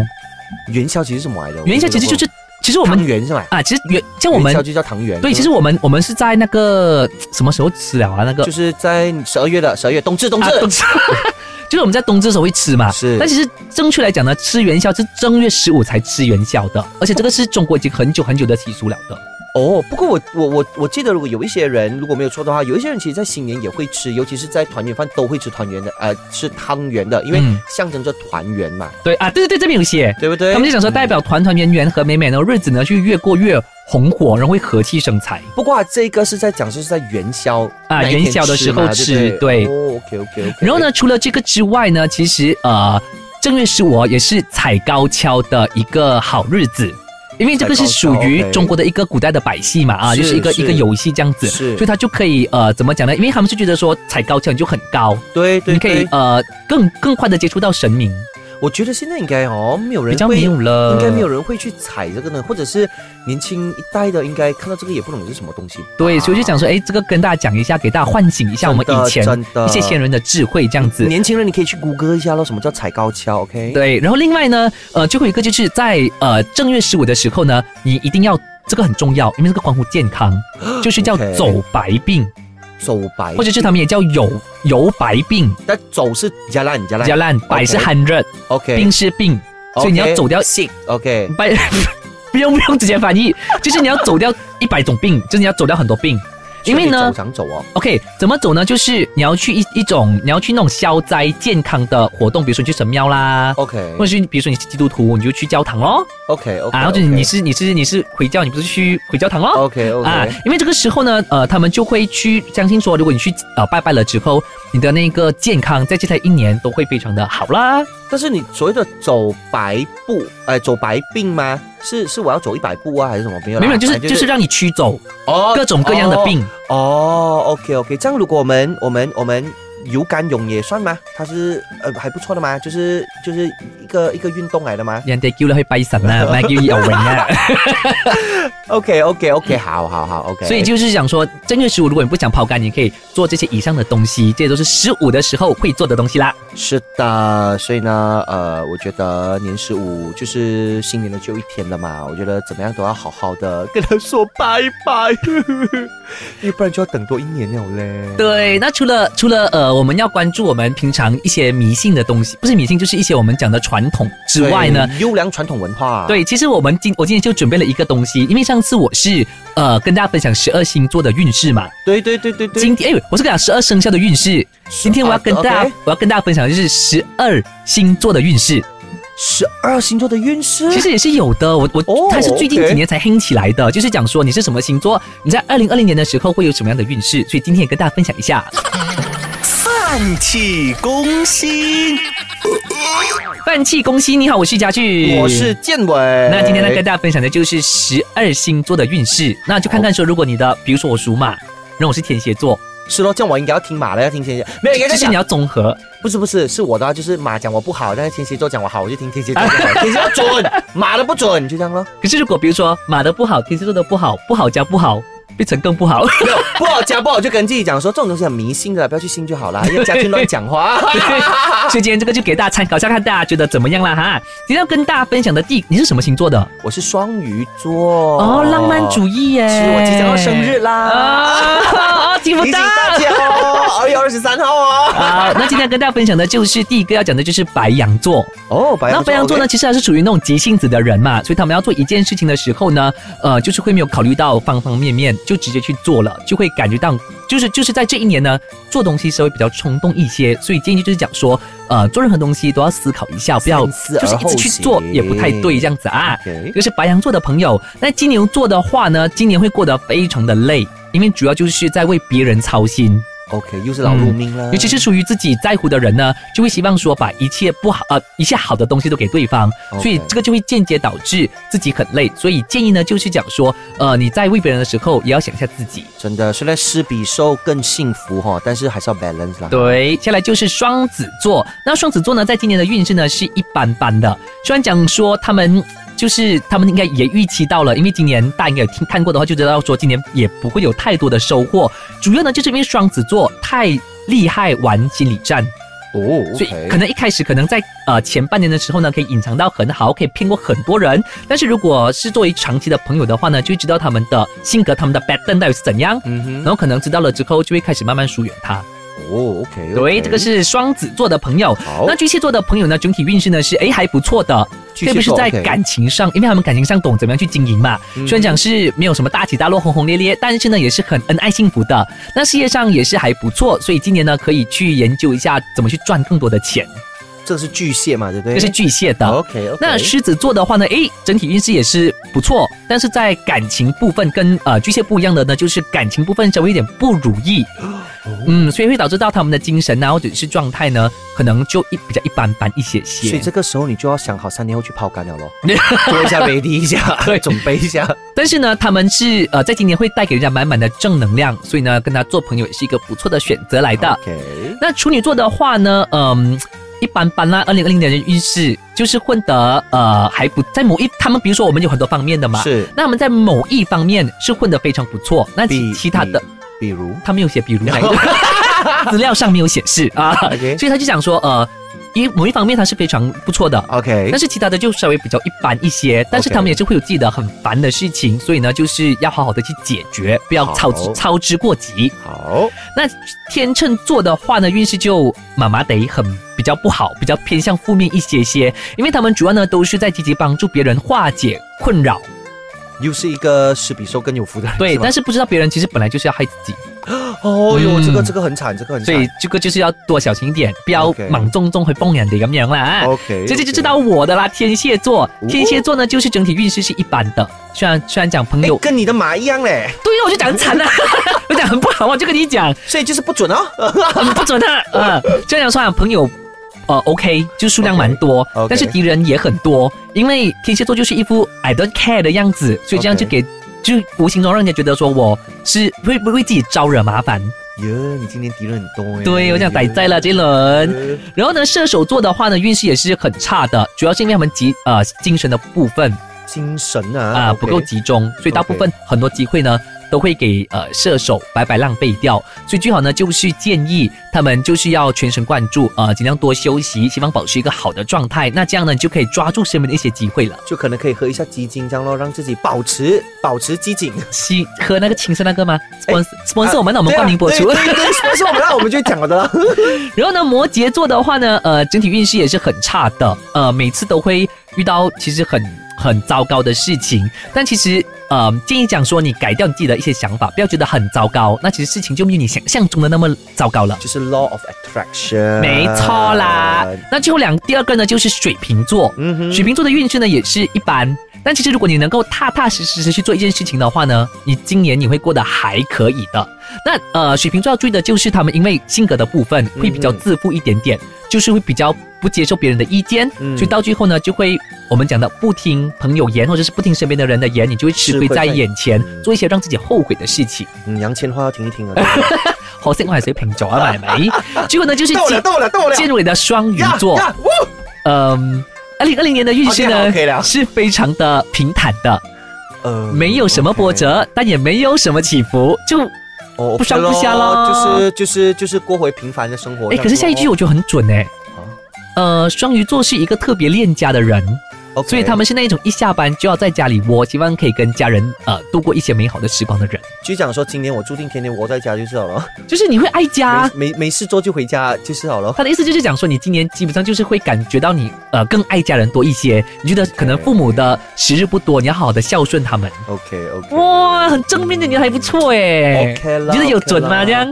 Speaker 2: 元宵其实是什么来的？
Speaker 1: 元宵其实就是，其实我
Speaker 2: 我们
Speaker 1: 们
Speaker 2: 圆是吧？
Speaker 1: 啊，其实元像我
Speaker 2: 元
Speaker 1: 们
Speaker 2: 宵就叫汤圆。嗯
Speaker 1: 对，其实我们我们是在那个什么时候吃了啊？那个
Speaker 2: 就是在十二月的十二月冬至冬至
Speaker 1: 啊，冬至 就是我们在冬至的时候会吃嘛。
Speaker 2: 是
Speaker 1: 但其实正确来讲呢，吃元宵是正月十五才吃元宵的，而且这个是中国已经很久很久的习俗了的。
Speaker 2: 哦。不过我我我我记得，如果有一些人如果没有错的话，有一些人其实，在新年也会吃，尤其是在团圆饭都会吃团圆的，呃，吃汤圆的，因为
Speaker 1: 嗯
Speaker 2: 象征着团圆嘛，
Speaker 1: 对啊，对对对，这边有写。
Speaker 2: 对不对？
Speaker 1: 他们就想说，代表团团圆圆和美美呢，日子呢去越过越红火，然后会和气生财。
Speaker 2: 不过、啊、这个是在讲是在元宵
Speaker 1: 啊
Speaker 2: 那一天
Speaker 1: 元宵的时候
Speaker 2: 嘛
Speaker 1: 吃
Speaker 2: 对不
Speaker 1: 对
Speaker 2: 对。哦，OK OK OK。
Speaker 1: 然后呢，除了这个之外呢，其实呃，正月十五哦也是踩高跷的一个好日子。因为这个是属
Speaker 2: 踩高
Speaker 1: 于
Speaker 2: 跷，OK
Speaker 1: 中国的一个古代的百戏嘛，啊，
Speaker 2: 是
Speaker 1: 就是一个
Speaker 2: 是
Speaker 1: 一个游戏这样子，
Speaker 2: 是
Speaker 1: 所以他就可以呃，怎么讲呢？因为他们是觉得说踩高跷你就很高，
Speaker 2: 对对
Speaker 1: 你可以
Speaker 2: 对，
Speaker 1: 呃更更快的接触到神明，
Speaker 2: 我觉得现在应该哦，没有人
Speaker 1: 比较
Speaker 2: 会
Speaker 1: 没有了，
Speaker 2: 应该没有。人会去踩这个呢，或者是年轻一代的应该看到这个也不懂是什么东西吧。啊
Speaker 1: 对，所以我就想说，哎，这个跟大家讲一下，给大家唤醒一下我们以前
Speaker 2: 真的
Speaker 1: 一些先人的智慧，这样子。
Speaker 2: 年轻人你可以去谷歌一下咯，什么叫踩高跷？OK？，
Speaker 1: 对，然后另外呢，呃，最后一个就是在呃正月十五的时候呢，你一定要这个很重要，因为这个关乎健 康，就是叫
Speaker 2: OK
Speaker 1: 走白病，
Speaker 2: 走白
Speaker 1: 或者是他们也叫有油白病，
Speaker 2: 但走是加烂加烂
Speaker 1: 加烂白是 hundred，
Speaker 2: ，OK？
Speaker 1: 病是病，所以你要走掉
Speaker 2: sick OK？
Speaker 1: 白， 不用不用直接翻译， 就是你要走掉一百种病，就是你要走掉很多病，因为
Speaker 2: 所以
Speaker 1: 呢
Speaker 2: 你走。常走哦，
Speaker 1: OK，怎么走呢？就是你要去一一种，你要去那种消灾健康的活动，比如说你去神庙啦
Speaker 2: OK
Speaker 1: 或者是比如说你是基督徒，你就去教堂咯。
Speaker 2: OK OK，
Speaker 1: 啊，然后就是你是你是你是回教，你不是去回教堂咯？
Speaker 2: OK OK，
Speaker 1: 啊，因为这个时候呢，呃，他们就会去相信说，如果你去呃拜拜了之后，你的那个健康在接下来一年都会非常的好啦。
Speaker 2: 但是你所谓的走白步，哎，走白病吗？是是我要走一百步啊，还是什么？没有啦，
Speaker 1: 没有，就是
Speaker 2: 反正
Speaker 1: 就是让你驱走
Speaker 2: 哦
Speaker 1: 各种各样的病。
Speaker 2: 哦，OK OK，这样如果我们我们我们游甘泳也算吗？它是呃还不错的吗？就是就是一个一个运动来的吗？
Speaker 1: 人哋叫你去拜神 啊，唔係叫游泳啊。
Speaker 2: OK OK OK，好好好 OK，
Speaker 1: 嗯所以就是想说，正月十五如果你不想抛竿，你可以做这些以上的东西，这些都是十五的时候会做的东西啦。
Speaker 2: 是的，所以呢，呃，我觉得年十五就是新年的最后一天了嘛，我觉得怎么样都要好好的跟他说拜 拜，因为不然就要等多一年了嘞。
Speaker 1: 对，那除了除了呃我们要关注我们平常一些迷信的东西，不是迷信，就是一些我们讲的传统之外呢，
Speaker 2: 对，优良传统文化。，
Speaker 1: 对，其实我们今我今天就准备了一个东西，因为上次我是呃跟大家分享十二星座的运势嘛，
Speaker 2: 对对对对对。
Speaker 1: 今天哎我是跟你讲十二生肖的运势，今天我要跟大家、
Speaker 2: OK
Speaker 1: 我要跟大家分享的就是十二星座的运势，
Speaker 2: 十二星座的运势，
Speaker 1: 其实也是有的，我我、
Speaker 2: 嗯哦
Speaker 1: 它是最近
Speaker 2: OK
Speaker 1: 几年才兴起来的，就是讲说你是什么星座，你在二零二零年的时候会有什么样的运势，所以今天也跟大家分享一下。
Speaker 3: 泛起攻心，
Speaker 1: 饭气攻心，你好，我是佳俊，
Speaker 2: 我是建伟。
Speaker 1: 那
Speaker 2: 那
Speaker 1: 今天呢，跟大家分享的就是十二星座的运势。那就看看说，如果你的，比如说我属马，然后我是天蝎座，
Speaker 2: 是咯，这样我应该要听马了，要听天蝎，没有，应该
Speaker 1: 就
Speaker 2: 在
Speaker 1: 是
Speaker 2: 讲
Speaker 1: 你要综合。
Speaker 2: 不是不是，是我的啊，就是马讲我不好，但是天蝎座讲我好，我就听天蝎座就好，天蝎座 准，马的不准，就这样咯。
Speaker 1: 可是如果比如说马的不好，天蝎座的不好，不好加不好，变成更不 好。
Speaker 2: 没有不好讲不好，就跟自己讲说这种东西很迷信的，不要去信就好啦，要加去乱讲话。
Speaker 1: 所以今天这个就给大家参考一下，看大家觉得怎么样啦哈。今天要跟大家分享的第，你是什么星座的？
Speaker 2: 我是双鱼座，
Speaker 1: 哦，浪漫主义耶！
Speaker 2: 是我即将要生日啦
Speaker 1: 啊，啊，记不
Speaker 2: 提醒
Speaker 1: 到。
Speaker 2: 大家哦，二月二十三号哦。
Speaker 1: 好，那今天要跟大家分享的就是第一个要讲的就是白羊座。
Speaker 2: 哦，白
Speaker 1: 然后白羊座呢，
Speaker 2: OK
Speaker 1: 其实还是属于那种急性子的人嘛，所以他们要做一件事情的时候呢，呃，就是会没有考虑到方方面面，就直接去做了，就会感觉到，就是就是在这一年呢，做东西稍微比较冲动一些，所以建议就是讲说，呃，做任何东西都要思考一下，不要
Speaker 2: 三思
Speaker 1: 就是
Speaker 2: 而
Speaker 1: 一直去
Speaker 2: 后
Speaker 1: 做
Speaker 2: 行
Speaker 1: 也不太对这样子啊。
Speaker 2: OK
Speaker 1: 这是白羊座的朋友，那金牛座的话呢，今年会过得非常的累，因为主要就是在为别人操心。
Speaker 2: OK，又是劳碌命
Speaker 1: 嗯
Speaker 2: 了，
Speaker 1: 尤其是属于自己在乎的人呢，就会希望说把一切不好呃一切好的东西都给对方
Speaker 2: OK
Speaker 1: 所以这个就会间接导致自己很累。所以建议呢就是讲说，呃你在为别人的时候也要想一下自己。
Speaker 2: 真的，虽然施比受更幸福哈，但是还是要 balance 啦。
Speaker 1: 对，接下来就是双子座。那双子座呢，在今年的运势呢是一般般的，虽然讲说他们。就是他们应该也预期到了，因为今年大家应该有听看过的话，就知道说今年也不会有太多的收获。主要呢，就是因为双子座太厉害玩心理战，
Speaker 2: 哦
Speaker 1: 所以可能一开始可能在呃前半年的时候呢，可以隐藏到很好，可以骗过很多人。但是如果是作为长期的朋友的话呢，就会知道他们的性格、他们的 pattern 到底是怎样。
Speaker 2: 嗯哼
Speaker 1: 然后可能知道了之后，就会开始慢慢疏远他。
Speaker 2: 哦，OK，
Speaker 1: 对，这个是双子座的朋友
Speaker 2: 好。
Speaker 1: 那巨蟹座的朋友呢，整体运势呢是哎还不错的，
Speaker 2: 巨
Speaker 1: 特
Speaker 2: 蟹座
Speaker 1: 别是在
Speaker 2: OK 嗯
Speaker 1: 感情上，因为他们感情上懂怎么样去经营嘛。虽然讲是没有什么大起大落、轰轰烈烈，但是呢也是很恩爱幸福的。那事业上也是还不错，所以今年呢可以去研究一下怎么去赚更多的钱。
Speaker 2: 这个是巨蟹嘛，对不对？哦
Speaker 1: 这是巨蟹的。
Speaker 2: OK OK，
Speaker 1: 那狮子座的话呢，诶，整体运势也是不错，但是在感情部分跟呃巨蟹不一样的呢，就是感情部分稍微有点不如意，
Speaker 2: 哦
Speaker 1: 嗯，所以会导致到他们的精神啊或者是状态呢，可能就一比较一般般一些些。
Speaker 2: 所以这个时候你就要想好三年后去抛竿 了咯，做一下 ready 一下，
Speaker 1: 对
Speaker 2: 准备一下。
Speaker 1: 但是呢，他们是呃在今年会带给人家满满的正能量，所以呢，跟他做朋友也是一个不错的选择来的。
Speaker 2: OK，
Speaker 1: 那处女座的话呢，嗯，一般般啦。二零二零年的运势就是混得呃还不在某一，他们比如说我们有很多方面的嘛，
Speaker 2: 是
Speaker 1: 那我们在某一方面是混得非常不错，那其
Speaker 2: 比
Speaker 1: 其他的，
Speaker 2: 比比如
Speaker 1: 他没有写，比如哪一 个资料上没有显示啊
Speaker 2: OK
Speaker 1: 所以他就讲说，呃，一某一方面他是非常不错的。
Speaker 2: OK
Speaker 1: 但是其他的就稍微比较一般一些，但是
Speaker 2: OK
Speaker 1: 他们也是会有自己的很烦的事情所以呢，就是要好好的去解决，不要操之
Speaker 2: 好
Speaker 1: 操之过急。
Speaker 2: 好，
Speaker 1: 那天秤座的话呢，运势就麻麻得很，比较不好，比较偏向负面一些些，因为他们主要呢都是在积极帮助别人化解困扰，
Speaker 2: 又是一个是比受更有福的人，
Speaker 1: 对，
Speaker 2: 吗
Speaker 1: 但是不知道别人其实本来就是要害自己，
Speaker 2: 哦哟，
Speaker 1: 嗯
Speaker 2: 这个这个很惨，这个很
Speaker 1: 所
Speaker 2: 惨。
Speaker 1: 以这个就是要多小心一点，不要
Speaker 2: OK
Speaker 1: 莽撞撞去帮人哋咁样啦。
Speaker 2: OK，哦
Speaker 1: 这就就知道我的啦，天蝎座，天蝎座呢就是整体运势是一般的，虽然虽然讲朋
Speaker 2: 哎
Speaker 1: 友，，
Speaker 2: 跟你的马一样嘞，
Speaker 1: 对了，我就讲很惨了， 我讲很不好，我就跟你 讲，
Speaker 2: 所以就是不准哦。
Speaker 1: 很不准的，嗯，虽然讲说啊朋友。呃，OK，就数量蛮多
Speaker 2: OK，OK
Speaker 1: 但是敌人也很多，因为天蝎座就是一副 I don't care 的样子，所以这样就
Speaker 2: OK
Speaker 1: 给就无形中让人家觉得说我是会不会自己招惹麻烦，
Speaker 2: 耶，你今天敌人很多哎。呃
Speaker 1: 对我讲逮在了这一轮。然后呢，射手座的话呢，运势也是很差的，主要是因为他们集呃精神的部分
Speaker 2: 精神啊
Speaker 1: 啊、不够
Speaker 2: OK
Speaker 1: 集中，所以大部分很多机会呢都会给呃射手白白浪费掉。所以最好呢，就是建议他们就是要全神贯注，呃，尽量多休息，希望保持一个好的状态。那这样呢，你就可以抓住身边的一些机会了。
Speaker 2: 就可能可以喝一下鸡精这样咯，让自己保持保持机警。
Speaker 1: 吸喝那个青色那个吗？sponsor sponsor 我啊们的，我们冠名播出
Speaker 2: 哎对。啊对对对对，是我们那我们就讲了 的啦。
Speaker 1: 然后呢，摩羯座的话呢，呃，整体运势也是很差的，呃，每次都会遇到其实很很糟糕的事情。但其实，呃，建议讲说你改掉你自己的一些想法，不要觉得很糟糕，那其实事情就没有你想象中的那么糟糕了。
Speaker 2: 就是 law of attraction，
Speaker 1: 没错啦。那最后两第二个呢，就是水瓶座。
Speaker 2: 嗯哼
Speaker 1: 水瓶座的运势呢也是一般，但其实如果你能够踏踏实实的去做一件事情的话呢，你今年你会过得还可以的。那呃，水瓶座要注意的就是他们因为性格的部分会比较
Speaker 2: 嗯
Speaker 1: 自负一点点，就是会比较不接受别人的意见，
Speaker 2: 嗯
Speaker 1: 所以到最后呢，就会我们讲的不听朋友言，或者是不听身边的人的言，你就会吃亏
Speaker 2: 吃亏
Speaker 1: 在
Speaker 2: 在
Speaker 1: 眼前，
Speaker 2: 嗯
Speaker 1: 做一些让自己后悔的事情。
Speaker 2: 嗯，杨千嬅要听 一听啊。
Speaker 1: 可惜我係水瓶座啊嘛，係咪？ 最后呢，就是
Speaker 2: 到了，到了，到了。
Speaker 1: 进入你的双鱼
Speaker 2: 呀
Speaker 1: 座。
Speaker 2: 呀哇
Speaker 1: 嗯，二零二零年的运势
Speaker 2: OK 了
Speaker 1: 呢、
Speaker 2: ，OK 了
Speaker 1: 是非常的平坦的，
Speaker 2: 呃
Speaker 1: 没有什么波折但也没有什么起伏。就
Speaker 2: 哦
Speaker 1: 不上不下
Speaker 2: 咯
Speaker 1: 咯
Speaker 2: 就是就是就是过回平凡的生活。
Speaker 1: 哎，可是下一句我觉得很准哎、
Speaker 2: 啊
Speaker 1: 呃，双鱼座是一个特别恋家的人，
Speaker 2: 我
Speaker 1: 所以他们是那种一下班就要在家里窝，希望可以跟家人呃度过一些美好的时光的人。
Speaker 2: 局长说，今年我注定天天窝在家就是好了，
Speaker 1: 就是你会爱家，
Speaker 2: 没没没事做就回家就是好了。
Speaker 1: 他的意思就是讲说，你今年基本上就是会感觉到你呃更爱家人多一些。你觉得可能父母的时日不多，你要好好的孝顺他们。
Speaker 2: OK OK。
Speaker 1: 哇，很正面的，你还不错哎。
Speaker 2: 哦 OK 啦
Speaker 1: 你觉得有准
Speaker 2: OK 啦
Speaker 1: 吗？这样？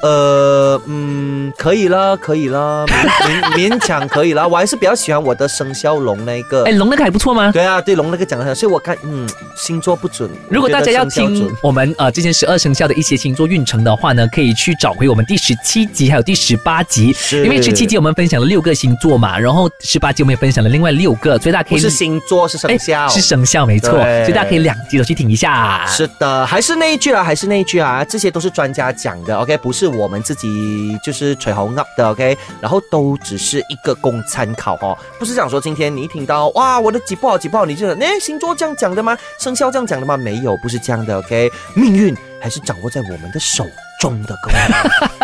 Speaker 2: 呃，嗯，可以啦，可以啦，勉 勉勉强可以啦。我还是比较喜欢我的生肖龙那一个。
Speaker 1: 哎，龙那个还不错吗？
Speaker 2: 对啊，对龙那个讲的很好，所以我看，嗯，星座不准。
Speaker 1: 如果大家要
Speaker 2: 我觉得生肖
Speaker 1: 听
Speaker 2: 准
Speaker 1: 我们呃之前十二生肖的一些星座运程的话呢，可以去找回我们第十七集还有第十八集，
Speaker 2: 是
Speaker 1: 因为十七集我们分享了六个星座嘛，然后十八集我们也分享了另外六个，所以大家可
Speaker 2: 不
Speaker 1: 以
Speaker 2: 是星座是生肖，
Speaker 1: 是生肖没错，
Speaker 2: 对
Speaker 1: 所以大家可以两集都去听一下。
Speaker 2: 是的，还是那一句啊，还是那一句啊，这些都是专家讲的，OK，不是我们自己就是吹红 up 的，OK，然后都只是一个供参考哦，不是讲说今天你一听到哇我的几不好几不好，你就想哎星座这样讲的吗？生肖这样讲的吗？没有，不是这样的，OK，命运还是掌握在我们的手中的，各位。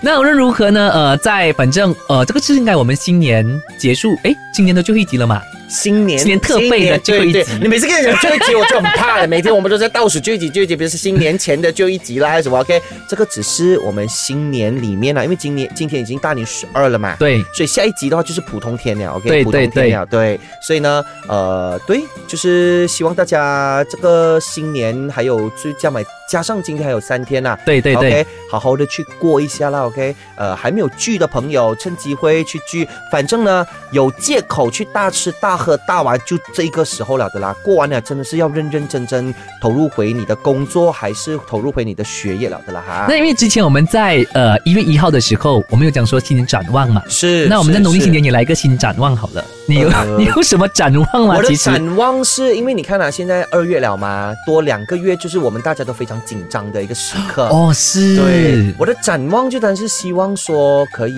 Speaker 1: 那无论如何呢，呃，在反正呃这个是应该我们新年结束，哎，今年的最后一集了嘛，
Speaker 2: 新年
Speaker 1: 新年特备的最后一集
Speaker 2: 对对你每次跟你讲最后一集，我就很怕了。每天我们都在倒数最后一集，最后一集，比如是新年前的最后一集啦，还是什么？OK，这个只是我们新年里面啦，因为今年今天已经大年十二了嘛。
Speaker 1: 对。
Speaker 2: 所以下一集的话就是普通天了，OK，
Speaker 1: 对
Speaker 2: 普通天了，对，所以呢，呃，对，就是希望大家这个新年还有就加买加上今天还有三天啊呐、
Speaker 1: 对对对
Speaker 2: o k 好好的去过一下啦，OK，呃，还没有聚的朋友趁机会去聚，反正呢有借口去大吃大喝大玩就这个时候了的啦，过完了真的是要认认真真投入回你的工作，还是投入回你的学业了的啦哈。
Speaker 1: 那因为之前我们在呃一月一号的时候，我们有讲说新年展望嘛，
Speaker 2: 是，
Speaker 1: 那我们在
Speaker 2: 是
Speaker 1: 农历
Speaker 2: 是
Speaker 1: 新年也来一个新展望好了。你有、
Speaker 2: 呃
Speaker 1: 你有什么展望吗
Speaker 2: 我？的
Speaker 1: 啊其实
Speaker 2: 展望是因为你看啊，现在二月了嘛，多两个月就是我们大家都非常紧张的一个时刻。
Speaker 1: 哦是
Speaker 2: 对，，我的展望就当然是希望说可以，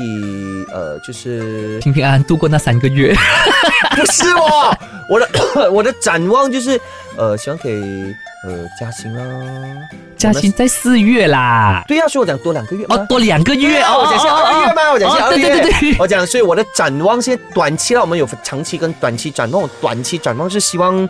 Speaker 2: 呃，就是
Speaker 1: 平平安安度过那三个 月。
Speaker 2: 不是我，我的 我的展望就是，呃，希望可以，呃，加薪啦。
Speaker 1: 嘉欣在四月啦，
Speaker 2: 对呀、啊所以我讲多两个月嘛。
Speaker 1: 哦多两个
Speaker 2: 对
Speaker 1: 月
Speaker 2: 啊
Speaker 1: 哦，
Speaker 2: 我讲是
Speaker 1: 哦
Speaker 2: 二月吗？我讲是啊
Speaker 1: 哦
Speaker 2: 二月。
Speaker 1: 对对对对。
Speaker 2: 我讲，所以我的展望现在短期了，我们有长期跟短期展望。我短期展望是希望，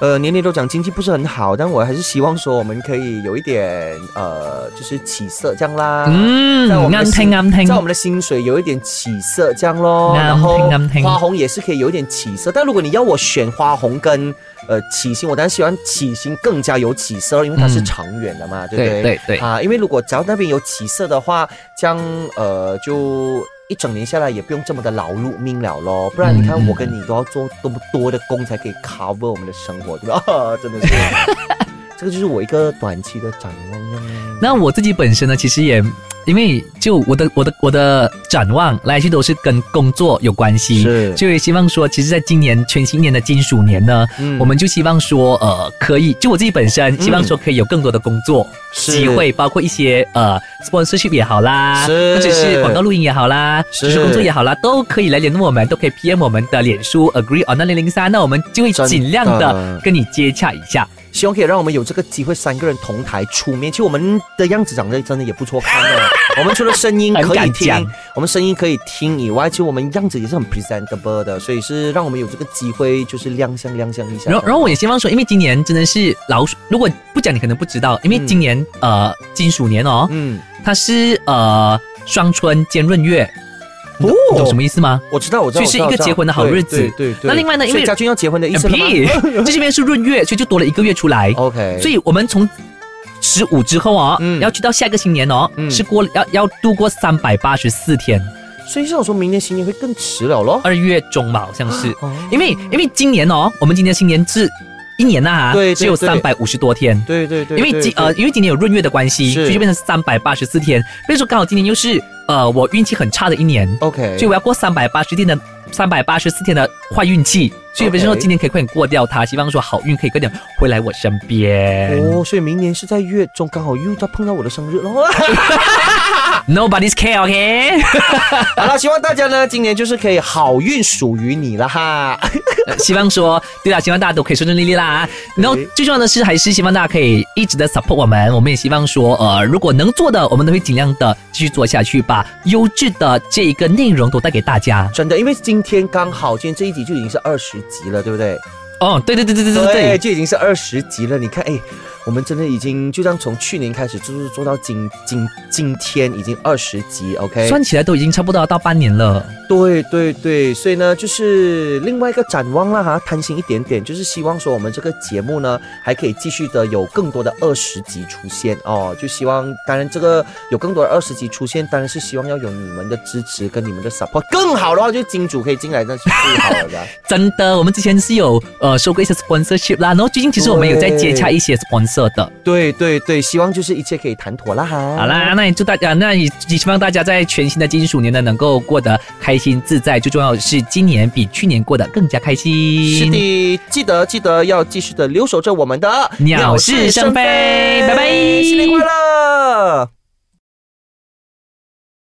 Speaker 2: 呃，年年都讲经济不是很好，但我还是希望说我们可以有一点呃，就是起色这样啦。
Speaker 1: 嗯
Speaker 2: 在我们的
Speaker 1: 啱
Speaker 2: 薪
Speaker 1: 聽啱聽
Speaker 2: 在我们的薪水有一点起色这样咯。
Speaker 1: 啱
Speaker 2: 然后
Speaker 1: 聽啱聽
Speaker 2: 花红也是可以有一点起色，但如果你要我选花红跟呃起薪，我当然喜欢起薪更加有起色，因为它是
Speaker 1: 嗯
Speaker 2: 长远的嘛，对不
Speaker 1: 对对对
Speaker 2: 啊，因为如果只要那边有起色的话，将呃就一整年下来也不用这么的劳碌命了咯，不然你看
Speaker 1: 嗯嗯
Speaker 2: 我跟你都要做多么多的工才可以 cover 我们的生 活，对吧？啊真的是，这个就是我一个短期的展望。
Speaker 1: 那我自己本身呢，其实也因为就我的我的我的展望来去都是跟工作有关系，
Speaker 2: 是
Speaker 1: 就也希望说，其实在今年全新一年的金属年呢，
Speaker 2: 嗯
Speaker 1: 我们就希望说呃可以，就我自己本身希望说可以有更多的工作
Speaker 2: 是
Speaker 1: 机会，包括一些呃 sponsorship 也好啦，
Speaker 2: 是
Speaker 1: 或者是广告录音也好啦，
Speaker 2: 是
Speaker 1: 主持工作也好啦，都可以来联络我们，都可以 PM 我们的脸书 agree on 那零零三，那我们就会
Speaker 2: 真的
Speaker 1: 尽量的跟你接洽一下。
Speaker 2: 希望可以让我们有这个机会，三个人同台出面。其实我们的样子长得真的也不错看的，我们除了声音
Speaker 1: 很
Speaker 2: 可以
Speaker 1: 敢
Speaker 2: 听
Speaker 1: 讲，
Speaker 2: 我们声音可以听以外，其实我们样子也是很 presentable 的，所以是让我们有这个机会，就是亮相亮相一下。
Speaker 1: 然后，然后我也希望说，因为今年真的是老鼠，如果不讲你可能不知道，因为今年、呃金属年哦，
Speaker 2: 嗯，
Speaker 1: 它是呃双春兼闰月，
Speaker 2: 哦
Speaker 1: 你懂你懂什么意思吗？
Speaker 2: 我知道，我知道，
Speaker 1: 所以是一个
Speaker 2: 我知道我知道
Speaker 1: 结婚的好日子
Speaker 2: 对对对对
Speaker 1: 那另外呢因为
Speaker 2: 所以家俊要结婚的意思了吗
Speaker 1: 屁， 这边是闰月，所以就多了一个月出来。
Speaker 2: ？OK，
Speaker 1: 所以我们从十五之后哦，
Speaker 2: 嗯
Speaker 1: 要去到下个新年哦，
Speaker 2: 嗯
Speaker 1: 是过要要度过三百八十四天，
Speaker 2: 所以这种说明年新年会更迟了咯。
Speaker 1: 二月中吧，好像是。
Speaker 2: 哦
Speaker 1: 因为因为今年哦，我们今年新年是一年呐、啊，
Speaker 2: 对对
Speaker 1: 只有
Speaker 2: 对
Speaker 1: 三百五十多天。
Speaker 2: 对对对，
Speaker 1: 因为
Speaker 2: 对
Speaker 1: 今
Speaker 2: 对
Speaker 1: 呃，因为今年有闰月的关系，
Speaker 2: 是
Speaker 1: 所以就变成三百八十四天。所以说刚好今年又是呃我运气很差的一年，
Speaker 2: OK，
Speaker 1: 所以我要过三百八十天的三百八十四天的坏运气。所以变成说
Speaker 2: OK
Speaker 1: 今年可以快点过掉它，希望说好运可以快点回来我身边。
Speaker 2: 哦，所以明年是在月中，刚好又到碰到我的生日了。
Speaker 1: Ah, Nobody's care, OK？
Speaker 2: 好了，希望大家呢，今年就是可以好运属于你了哈。
Speaker 1: 呃 希望说，对啦，希望大家都可以顺顺利利啦。然后
Speaker 2: 对
Speaker 1: 最重要的是，还是希望大家可以一直的 support 我们。我们也希望说，呃，如果能做的，我们都会尽量的继续做下去，把优质的这一个内容都带给大家。
Speaker 2: 真的，因为今天刚好，今天这一集就已经是二十集了，对不对？
Speaker 1: 哦，对对对对对对对，
Speaker 2: 就已经是二十集了。你看，哎，我们真的已经就这样从去年开始，就是做到今今今天已经二十集，OK？
Speaker 1: 算起来都已经差不多要到半年了。
Speaker 2: 对对对，所以呢，就是另外一个展望啦哈，贪心一点点，就是希望说我们这个节目呢，还可以继续的有更多的二十集出现哦，就希望当然这个有更多的二十集出现，当然是希望要有你们的支持跟你们的 support，更好的话就金主可以进来，那是最好的。
Speaker 1: 真的，我们之前是有呃收过一些 sponsorship 啦，然后最近其实我们有在接洽一些 sponsor 的。
Speaker 2: 对对对，希望就是一切可以谈妥啦哈。
Speaker 1: 好啦，那也祝大家，那也也希望大家在全新的金属年呢，能够过得开心自在。最重要的是，今年比去年过得更加开心。
Speaker 2: 是的，记得记得要继续的留守着我们的
Speaker 1: 鸟事生非拜拜
Speaker 2: 新年快乐！